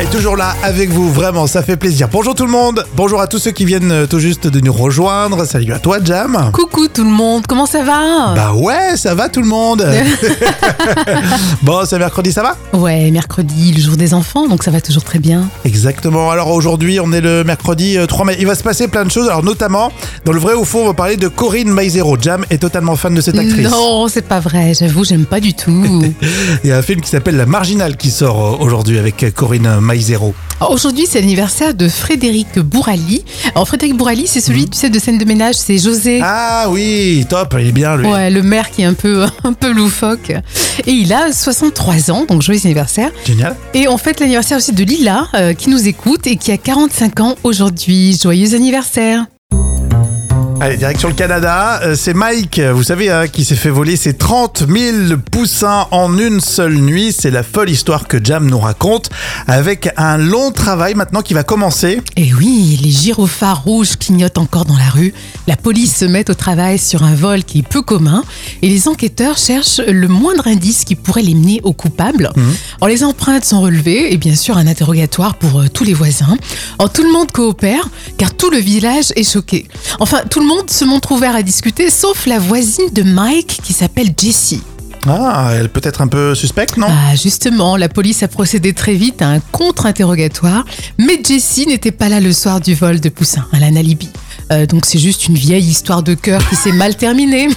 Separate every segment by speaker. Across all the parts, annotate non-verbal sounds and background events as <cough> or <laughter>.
Speaker 1: est toujours là avec vous, vraiment, ça fait plaisir. Bonjour tout le monde, bonjour à tous ceux qui viennent euh, tout juste de nous rejoindre. Salut à toi Jam.
Speaker 2: Coucou tout le monde, comment ça va
Speaker 1: Bah ouais, ça va tout le
Speaker 2: <laughs>
Speaker 1: monde. bon, c'est mercredi, ça va
Speaker 2: Ouais, mercredi, le jour des enfants, donc ça va toujours très bien.
Speaker 1: Exactement. Alors aujourd'hui, on est le mercredi euh, 3 mai. Il va se passer plein de choses. Alors notamment, dans le vrai ou faux, on va parler de Corinne Maizero. Jam est totalement fan de cette actrice.
Speaker 2: Non, c'est pas vrai, j'avoue, j'aime pas du tout.
Speaker 1: <laughs> Il y a un film qui s'appelle La Marginale qui sort euh, aujourd'hui avec euh, Corinne Maizero.
Speaker 2: Ah, Aujourd'hui, c'est l'anniversaire de Frédéric Bourali. Alors Frédéric Bourali, c'est celui, tu sais, de scène de ménage, c'est José.
Speaker 1: Mm. Ah oui, top, il est bien lui.
Speaker 2: Ouais, le maire qui est un peu, <laughs> un peu loufoque. Et il a 63 ans, donc joyeux anniversaire.
Speaker 1: Génial.
Speaker 2: Et on fête l'anniversaire aussi de Lila, euh, qui nous écoute et qui a 45 ans aujourd'hui. Joyeux anniversaire.
Speaker 1: Allez, direction le Canada, euh, c'est Mike, euh, vous savez, hein, qui s'est fait voler ses 30 000 poussins en une seule nuit. C'est la folle histoire que Jam nous raconte, avec un long travail maintenant qui va commencer.
Speaker 2: Et Eh oui, les gyrophares rouges clignotent encore dans la rue. La police se met au travail sur un vol qui est peu commun et les enquêteurs cherchent le moindre indice qui pourrait les mener au coupable. Or, les empreintes sont relevées et bien sûr un interrogatoire pour euh, tous les voisins. Or, tout le monde coopère car tout le village est choqué. Enfin, tout le monde se montre ouvert à discuter sauf la voisine de Mike qui s'appelle Jessie.
Speaker 1: Ah, elle peut être un peu suspecte, non
Speaker 2: Ah, justement, la police a procédé très vite à un contre-interrogatoire, mais Jessie n'était pas là le soir du vol de Poussin, à la Nalibi. Euh, donc c'est juste une vieille histoire de cœur qui s'est mal terminée.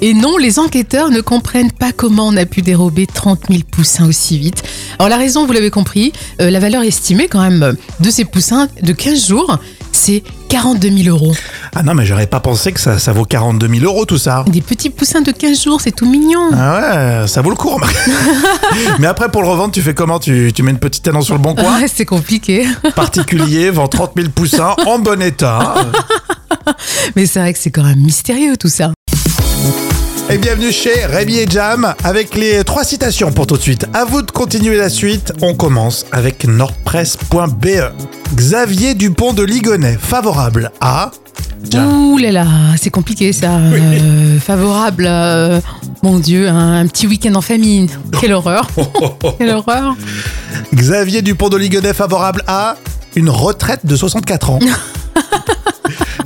Speaker 2: Et non, les enquêteurs ne comprennent pas comment on a pu dérober 30 000 poussins aussi vite. Alors la raison, vous l'avez compris, euh, la valeur estimée quand même euh, de ces poussins de 15 jours, c'est 42 000 euros.
Speaker 1: Ah non, mais j'aurais pas pensé que ça, ça vaut 42 000 euros tout
Speaker 2: <laughs>
Speaker 1: ça.
Speaker 2: Des petits poussins de 15 jours, c'est tout mignon.
Speaker 1: Ah ouais, ça vaut le coup, remarque. Mais après, pour le revendre, tu fais comment tu, tu mets une petite annonce sur le bon coin
Speaker 2: Ouais, <laughs> c'est compliqué.
Speaker 1: Particulier vend 30 000 poussins en bon état.
Speaker 2: Mais c'est vrai que c'est quand même mystérieux tout ça.
Speaker 1: Et bienvenue chez Rémi et Jam avec les trois citations pour tout de suite. À vous de continuer la suite. On commence avec nordpresse.be. Xavier Dupont de Ligonnais, favorable à. Jam.
Speaker 2: Ouh là là, c'est
Speaker 1: <laughs>
Speaker 2: compliqué ça. Euh, favorable, euh, mon Dieu, hein, un, un petit week-end en famille.
Speaker 1: <laughs>
Speaker 2: Quelle horreur. Quelle horreur.
Speaker 1: Xavier Dupont de Ligonnais, favorable à. Une retraite de 64 ans.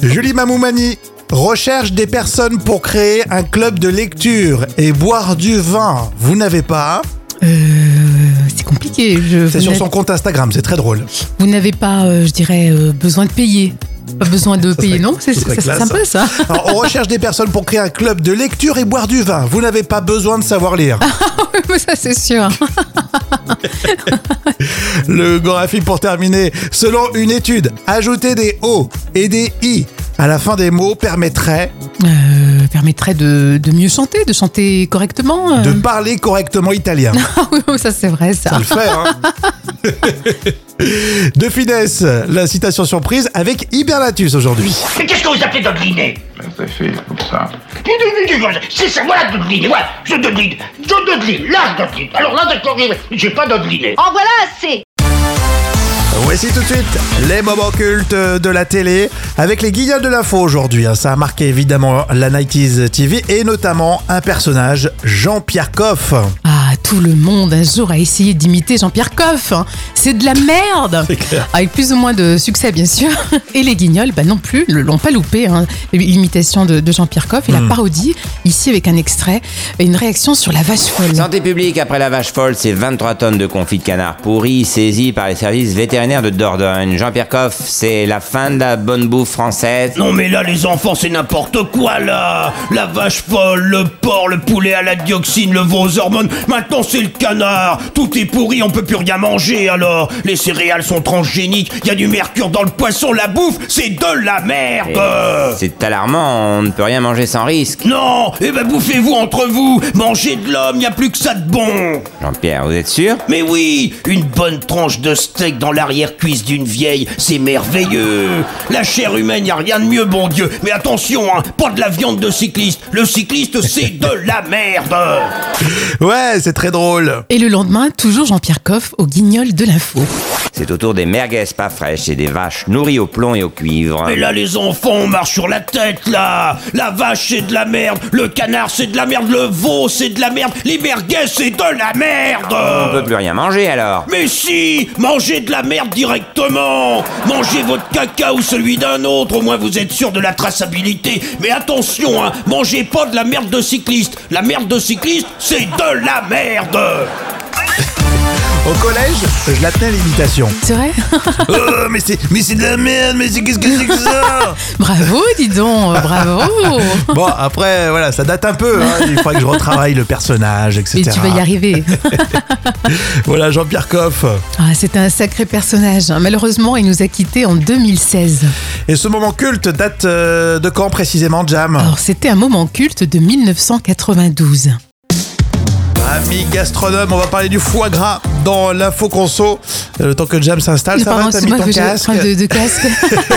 Speaker 1: Julie Mamoumani. Recherche des personnes pour créer un club de lecture et boire du vin. Vous n'avez pas. hein
Speaker 2: Euh, c'est compliqué. Je,
Speaker 1: C'est
Speaker 2: vous
Speaker 1: sur
Speaker 2: n'avez-
Speaker 1: son compte Instagram, c'est très drôle.
Speaker 2: Vous n'avez pas, euh, je dirais, euh, besoin de payer. Pas besoin de
Speaker 1: serait-
Speaker 2: payer, non C'est
Speaker 1: ça serait
Speaker 2: c'est
Speaker 1: classe.
Speaker 2: sympa ça.
Speaker 1: Alors, on recherche des personnes pour créer un club de lecture et boire du vin. Vous n'avez pas besoin de savoir lire.
Speaker 2: ça <laughs> c'est sûr.
Speaker 1: Le graphique pour terminer. Selon une étude, ajouter des O et des I à la fin des mots permettrait
Speaker 2: Euh, permettrait de, de mieux chanter, de chanter correctement. euh.
Speaker 1: de parler correctement italien.
Speaker 2: <laughs> Ah oui, oui, ça c'est vrai ça.
Speaker 1: Ça le fait, hein De finesse, la citation surprise avec Hibernatus aujourd'hui.
Speaker 3: Mais qu'est-ce que vous appelez dodeliner
Speaker 4: Ça fait comme ça.
Speaker 3: C'est ça, voilà dodeliner, voilà, je dodeline, je dodeline, là je dodeline. Alors là, d'accord, j'ai pas dodeliné.
Speaker 5: En voilà assez
Speaker 1: Voici tout de suite les moments cultes de la télé avec les guignols de l'info aujourd'hui. hein. Ça a marqué évidemment la 90s TV et notamment un personnage, Jean-Pierre Coff.
Speaker 2: Ah, tout le monde un jour a essayé d'imiter Jean-Pierre Coff. hein. C'est de la merde
Speaker 1: clair.
Speaker 2: Avec plus ou moins de succès, bien sûr. <laughs> Et les guignols, bah non plus, le l'ont pas loupé. hein. L'imitation de, de Jean-Pierre Coff
Speaker 1: Hmm.
Speaker 2: et la parodie, ici avec un extrait, et une réaction sur la vache folle.
Speaker 6: Santé publique après la vache folle, c'est 23 tonnes de confit de canard pourri saisies par les services vétérinaires de Dordogne. Jean-Pierre Coff, c'est la fin de la bonne bouffe française.
Speaker 3: Non mais là, les enfants, c'est n'importe quoi, là La vache folle, le porc, le poulet à la dioxine, le veau aux hormones, maintenant c'est le canard Tout est pourri, on peut plus rien manger, alors Les céréales sont transgéniques, il y a du mercure dans le poisson, la bouffe, c'est de la merde
Speaker 6: C'est alarmant, on ne peut rien manger sans risque.
Speaker 3: Non Eh ben bouffez-vous entre vous Mangez de l'homme, y a plus que ça de bon
Speaker 6: Jean-Pierre, vous êtes sûr
Speaker 3: Mais oui, une bonne tranche de steak dans l'arrière-cuisse d'une vieille, c'est merveilleux. La chair humaine, y a rien de mieux, bon Dieu. Mais attention, hein, pas de la viande de cycliste. Le cycliste, c'est de la merde.
Speaker 1: Ouais, c'est très drôle.
Speaker 2: Et le lendemain, toujours Jean-Pierre Coff au guignol de l'info.
Speaker 6: C'est au tour des merguez pas fraîches et des vaches nourries au plomb et au cuivre.
Speaker 3: Et là, les enfants, on marche sur la tête, là La vache, c'est de la merde Le canard, c'est de la merde Le veau, c'est de la merde Les merguez, c'est de la
Speaker 6: On peut
Speaker 3: merde
Speaker 6: plus rien manger alors.
Speaker 3: Mais si Mangez de la merde directement Mangez votre caca ou celui d'un autre, au moins vous êtes sûr de la traçabilité. Mais attention, hein, mangez pas de la merde de cycliste La merde de cycliste, c'est de la merde
Speaker 1: Au collège, je la tenais à
Speaker 2: <laughs>
Speaker 1: l'imitation.
Speaker 2: C'est vrai
Speaker 1: Euh, mais c'est mais c'est de la merde, mais c'est qu'est-ce que c'est que ça
Speaker 2: Bravo, dis donc,
Speaker 1: <laughs>
Speaker 2: euh, bravo
Speaker 1: Bon, après, voilà, ça date un peu. hein. Il faudrait que je retravaille le personnage, etc.
Speaker 2: Mais tu vas
Speaker 1: <laughs>
Speaker 2: y arriver.
Speaker 1: Voilà, Jean-Pierre Coff.
Speaker 2: Ah, c'est un sacré personnage. hein. Malheureusement, il nous a quittés en 2016.
Speaker 1: Et ce moment culte date euh, de quand précisément, Jam
Speaker 2: Alors, c'était un moment culte de 1992.
Speaker 1: Amis gastronomes, on va parler du foie gras dans l'info conso. Euh, Le temps que Jam s'installe, ça va,
Speaker 2: Pardon,
Speaker 1: t'as
Speaker 2: c'est
Speaker 1: mis
Speaker 2: moi
Speaker 1: ton
Speaker 2: que j'ai
Speaker 1: casque
Speaker 2: enfin, de, de casque.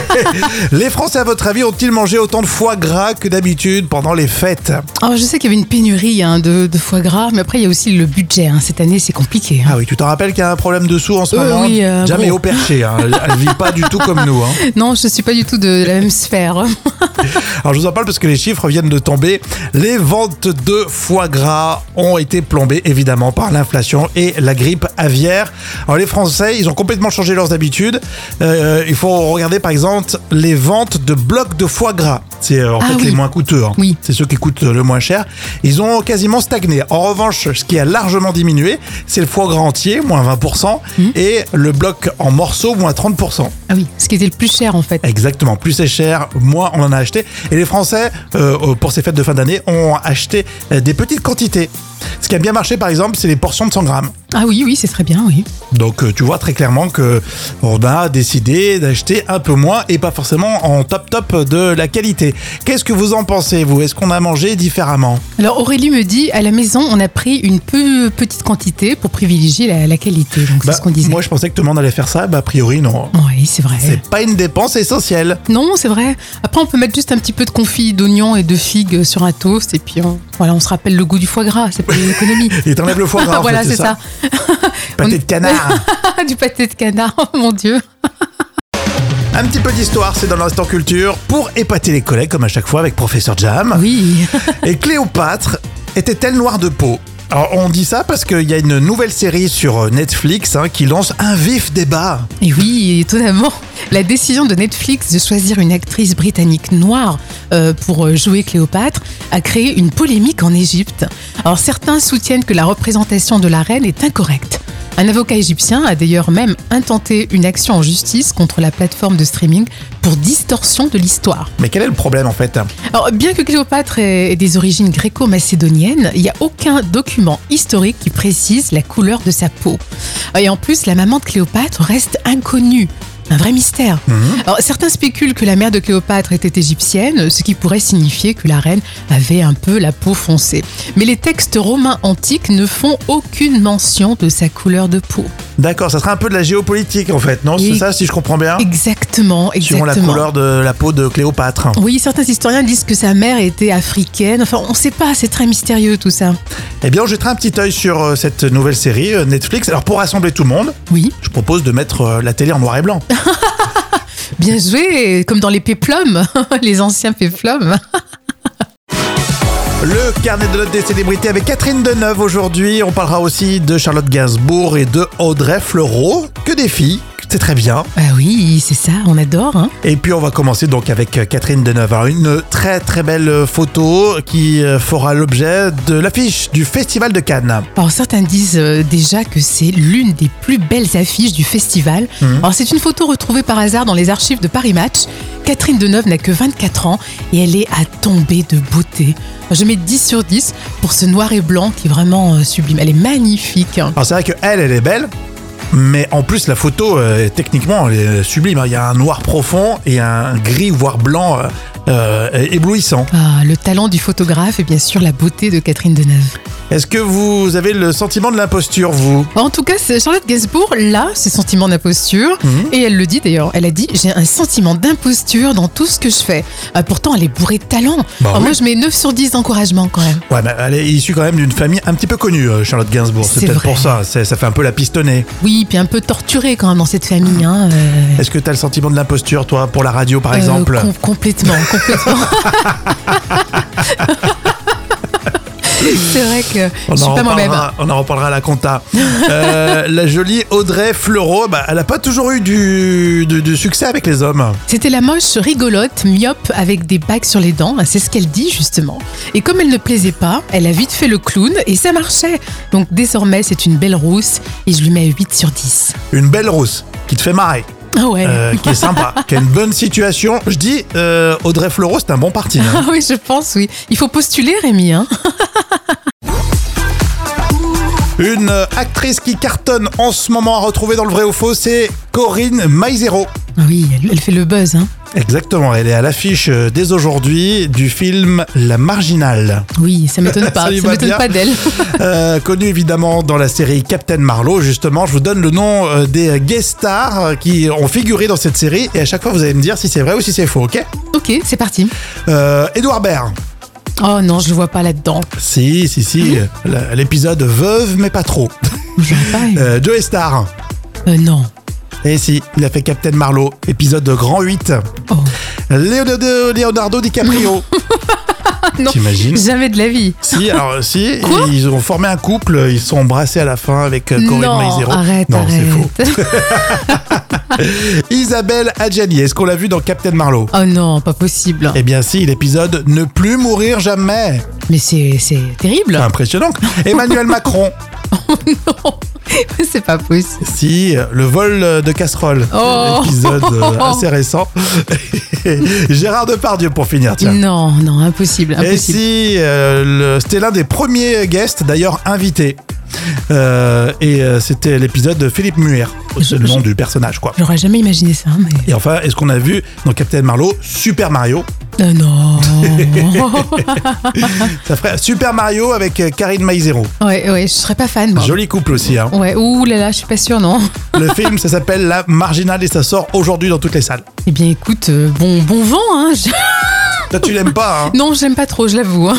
Speaker 1: <laughs> Les Français, à votre avis, ont-ils mangé autant de foie gras que d'habitude pendant les fêtes
Speaker 2: Alors, Oh, je sais qu'il y avait une pénurie hein, de, de foie gras, mais après, il y a aussi le budget. hein. Cette année, c'est compliqué. hein.
Speaker 1: Ah oui, tu t'en rappelles qu'il y a un problème de sous en ce
Speaker 2: Euh,
Speaker 1: moment
Speaker 2: oui, euh,
Speaker 1: Jam est
Speaker 2: bon.
Speaker 1: au perché, hein. elle elle vit pas du tout comme nous. hein.
Speaker 2: Non, je ne suis pas du tout de la même sphère.
Speaker 1: Alors je vous en parle parce que les chiffres viennent de tomber. Les ventes de foie gras ont été plombées évidemment par l'inflation et la grippe aviaire. Alors les Français, ils ont complètement changé leurs habitudes. Euh, il faut regarder par exemple les ventes de blocs de foie gras. C'est euh, en
Speaker 2: Ah
Speaker 1: fait les
Speaker 2: oui.
Speaker 1: moins coûteux. hein.
Speaker 2: Oui.
Speaker 1: C'est ceux qui coûtent euh, le moins cher. Ils ont quasiment stagné. En revanche, ce qui a largement diminué, c'est le foie gras entier, moins 20%,
Speaker 2: Mmh.
Speaker 1: et le bloc en morceaux, moins 30%.
Speaker 2: Ah oui, ce qui était le plus cher, en fait.
Speaker 1: Exactement, plus c'est cher, moins on en a acheté. Et les Français, euh, pour ces fêtes de fin d'année, ont acheté euh, des petites quantités. Ce qui a bien marché, par exemple, c'est les portions de 100 grammes.
Speaker 2: Ah oui, oui, c'est très bien, oui.
Speaker 1: Donc euh, tu vois très clairement que on a décidé d'acheter un peu moins et pas forcément en top top de la qualité. Qu'est-ce que vous en pensez, vous Est-ce qu'on a mangé différemment
Speaker 2: Alors Aurélie me dit, à la maison, on a pris une peu petite quantité pour privilégier la, la qualité. Donc c'est
Speaker 1: Bah,
Speaker 2: ce qu'on disait. Eh.
Speaker 1: Moi, je pensais que tout le monde allait faire ça. Bah, a priori, non.
Speaker 2: Oui, c'est vrai.
Speaker 1: C'est pas une dépense essentielle.
Speaker 2: Non, c'est vrai. Après, on peut mettre juste un petit peu de confit d'oignons et de figues sur un toast et puis on, voilà, on se rappelle le goût du foie gras. C'est pas une économie.
Speaker 1: <laughs> Et t'enlèves le
Speaker 2: <laughs>
Speaker 1: foie gras. en
Speaker 2: voilà,
Speaker 1: fait,
Speaker 2: c'est ça.
Speaker 1: Pâté de
Speaker 2: <laughs>
Speaker 1: canard.
Speaker 2: Ah, du pâté de canard, <laughs> oh mon Dieu.
Speaker 1: Un petit peu d'histoire, c'est dans l'instant culture pour épater les collègues comme à chaque fois avec professeur
Speaker 2: <laughs>
Speaker 1: Jam.
Speaker 2: Oui.
Speaker 1: Et Cléopâtre était-elle noire de peau Alors on dit ça parce qu'il y a une nouvelle série sur Netflix hein, qui lance un vif débat.
Speaker 2: Et oui, étonnamment, la décision de Netflix de choisir une actrice britannique noire euh, pour jouer Cléopâtre a créé une polémique en Égypte. Alors certains soutiennent que la représentation de la reine est incorrecte. Un avocat égyptien a d'ailleurs même intenté une action en justice contre la plateforme de streaming pour distorsion de l'histoire.
Speaker 1: Mais quel est le problème en fait
Speaker 2: Alors, bien que Cléopâtre ait ait des origines gréco-macédoniennes, il n'y a aucun document historique qui précise la couleur de sa peau. Et en plus, la maman de Cléopâtre reste inconnue. Un vrai mystère.
Speaker 1: Mhm.
Speaker 2: Alors, certains spéculent que la mère de Cléopâtre était égyptienne, ce qui pourrait signifier que la reine avait un peu la peau foncée. Mais les textes romains antiques ne font aucune mention de sa couleur de peau.
Speaker 1: D'accord, ça sera un peu de la géopolitique en fait, non C'est
Speaker 2: Et-
Speaker 1: ça si je comprends bien
Speaker 2: Exactement,
Speaker 1: Ah. Suivant
Speaker 2: exactement.
Speaker 1: la couleur de la peau de Cléopâtre.
Speaker 2: Oui, certains historiens disent que sa mère était africaine. Enfin, on ne sait pas, c'est très mystérieux tout ça.
Speaker 1: Eh bien, on jettera un petit œil sur euh, cette nouvelle série euh, Netflix. Alors pour rassembler tout le monde,
Speaker 2: Oui,
Speaker 1: je propose de mettre euh, la télé en noir et blanc.
Speaker 2: bien joué, comme dans les péplums, <laughs> les anciens péplums.
Speaker 1: Le carnet de notes des célébrités avec Catherine Deneuve aujourd'hui. On parlera aussi de Charlotte Gainsbourg et de Audrey Fleurot. Que des filles, c'est très bien.
Speaker 2: Ah oui, c'est ça, on adore. hein.
Speaker 1: Et puis on va commencer donc avec euh, Catherine Deneuve. Alors, une très très belle photo qui euh, fera l'objet de l'affiche du Festival de Cannes.
Speaker 2: Alors certains disent euh, déjà que c'est l'une des plus belles affiches du festival. Alors c'est une photo retrouvée par hasard dans les archives de Paris Match. Catherine Deneuve n'a que 24 ans et elle est à tomber de beauté. Je mets 10 sur 10 pour ce noir et blanc qui est vraiment euh, sublime. Elle est magnifique. hein.
Speaker 1: Alors c'est vrai que elle, elle est belle. Mais en plus, la photo, euh, techniquement, elle est sublime. hein. Il y a un noir profond et un gris, voire blanc, euh, euh, éblouissant.
Speaker 2: Bah, Ah, le talent du photographe et bien sûr la beauté de Catherine Deneuve.
Speaker 1: Est-ce que vous avez le sentiment de l'imposture, vous
Speaker 2: En tout cas, c'est Charlotte Gainsbourg, là, ses sentiments d'imposture,
Speaker 1: Mhm.
Speaker 2: et elle le dit d'ailleurs, elle a dit « J'ai un sentiment d'imposture dans tout ce que je fais Ah, Pourtant, elle est bourrée de talent.
Speaker 1: Bah
Speaker 2: Alors Moi, je mets 9 sur 10 d'encouragement quand même.
Speaker 1: Ouais, mais elle est issue quand même d'une famille un petit peu connue, euh, Charlotte Gainsbourg. C'est
Speaker 2: C'est
Speaker 1: peut-être
Speaker 2: vrai.
Speaker 1: pour ça. C'est- Ça fait un peu la pistonnée.
Speaker 2: Oui, puis un peu torturée quand même dans cette famille. Hein, euh,
Speaker 1: Est-ce que t'as le sentiment de l'imposture, toi, pour la radio, par
Speaker 2: euh,
Speaker 1: exemple
Speaker 2: com- Complètement, complètement.
Speaker 1: <laughs>
Speaker 2: <laughs> C'est vrai que je suis
Speaker 1: en
Speaker 2: pas moi-même.
Speaker 1: reparlera- on en reparlera à la compta.
Speaker 2: <laughs>
Speaker 1: Euh, la jolie Audrey Fleurot, bah, elle n'a pas toujours eu du, du- du succès avec les hommes.
Speaker 2: C'était la moche rigolote, myope, avec des bagues sur les dents, c'est ce qu'elle dit justement. Et comme elle ne plaisait pas, elle a vite fait le clown et ça marchait. Donc désormais, c'est une belle rousse et je lui mets 8 sur 10.
Speaker 1: Une belle rousse qui te fait marrer,
Speaker 2: Ah ouais.
Speaker 1: euh, qui est
Speaker 2: <laughs>
Speaker 1: sympa, qui a une bonne situation. Je dis, euh, Audrey Fleurot, c'est un bon parti. hein.
Speaker 2: <laughs> Ah oui, je pense, oui. Il faut postuler, Rémi. Hein
Speaker 1: Une euh, actrice qui cartonne en ce moment à retrouver dans le vrai ou faux, c'est Corinne Maizero.
Speaker 2: Ah oui, elle, elle fait le buzz. Hein
Speaker 1: Exactement, elle est à l'affiche euh, dès aujourd'hui du film La Marginale.
Speaker 2: oui, ça
Speaker 1: <laughs>
Speaker 2: m'étonne
Speaker 1: Ça
Speaker 2: pas.
Speaker 1: lui
Speaker 2: ça
Speaker 1: va
Speaker 2: m'étonne
Speaker 1: bien.
Speaker 2: pas d'elle.
Speaker 1: Euh, <laughs> connu évidemment dans la série Captain Marlowe, justement. Je vous donne le nom euh, des euh, guest stars euh, qui ont figuré dans cette série et à chaque fois vous allez me dire si c'est vrai ou si c'est faux, ok
Speaker 2: ok, c'est parti.
Speaker 1: euh, Edouard Baird.
Speaker 2: Oh non, je le vois pas là-dedans.
Speaker 1: Si, si, si. l- L'épisode Veuve, mais pas trop.
Speaker 2: Je vois pas.
Speaker 1: Euh, Joey Star.
Speaker 2: Euh,
Speaker 1: <laughs>
Speaker 2: non.
Speaker 1: Et si, il a fait Captain Marlowe, épisode de Grand 8.
Speaker 2: Oh.
Speaker 1: Leonardo, Leonardo DiCaprio.
Speaker 2: Non.
Speaker 1: T'imagines
Speaker 2: Jamais de la vie. <laughs>
Speaker 1: Si, alors si, ils ont formé un couple, ils se sont embrassés à la fin avec euh, Corinne
Speaker 2: non,
Speaker 1: Maizero.
Speaker 2: arrête,
Speaker 1: non, c'est faux.
Speaker 2: <laughs> arrête.
Speaker 1: Isabelle Adjani, est-ce qu'on l'a vu dans Captain Marlowe
Speaker 2: Oh non, pas possible.
Speaker 1: Eh bien si, l'épisode Ne plus mourir jamais.
Speaker 2: Mais c'est c'est terrible.
Speaker 1: C'est impressionnant.
Speaker 2: <laughs>
Speaker 1: Emmanuel Macron,
Speaker 2: Non, <laughs> c'est pas possible.
Speaker 1: si, euh, le vol euh, de casserole.
Speaker 2: Oh.
Speaker 1: Épisode
Speaker 2: <laughs>
Speaker 1: euh, assez récent. <laughs> Gérard Depardieu pour finir, tiens.
Speaker 2: Non, non, impossible,
Speaker 1: Et
Speaker 2: Mm, impossible.
Speaker 1: Eh si, euh, le- c'était l'un des premiers guests, d'ailleurs invité. Euh, et euh, c'était l'épisode de Philippe Muir, c'est le nom du personnage quoi.
Speaker 2: J'aurais jamais imaginé ça, mais...
Speaker 1: Et enfin, est-ce qu'on a vu dans Captain Marlowe Super Mario
Speaker 2: Euh, non
Speaker 1: Ça ferait Super Mario avec euh, Karine Maizero.
Speaker 2: Ouais, ouais, je serais pas fan, moi.
Speaker 1: Joli couple aussi. Hein.
Speaker 2: Ouais, ouh là là, je suis pas sûre, non
Speaker 1: Le film, ça s'appelle La Marginale et ça sort aujourd'hui dans toutes les salles.
Speaker 2: Eh bien, écoute, euh, bon, bon vent, hein Je-
Speaker 1: Toi, tu l'aimes pas, hein
Speaker 2: Non, j'aime pas trop, je l'avoue. hein.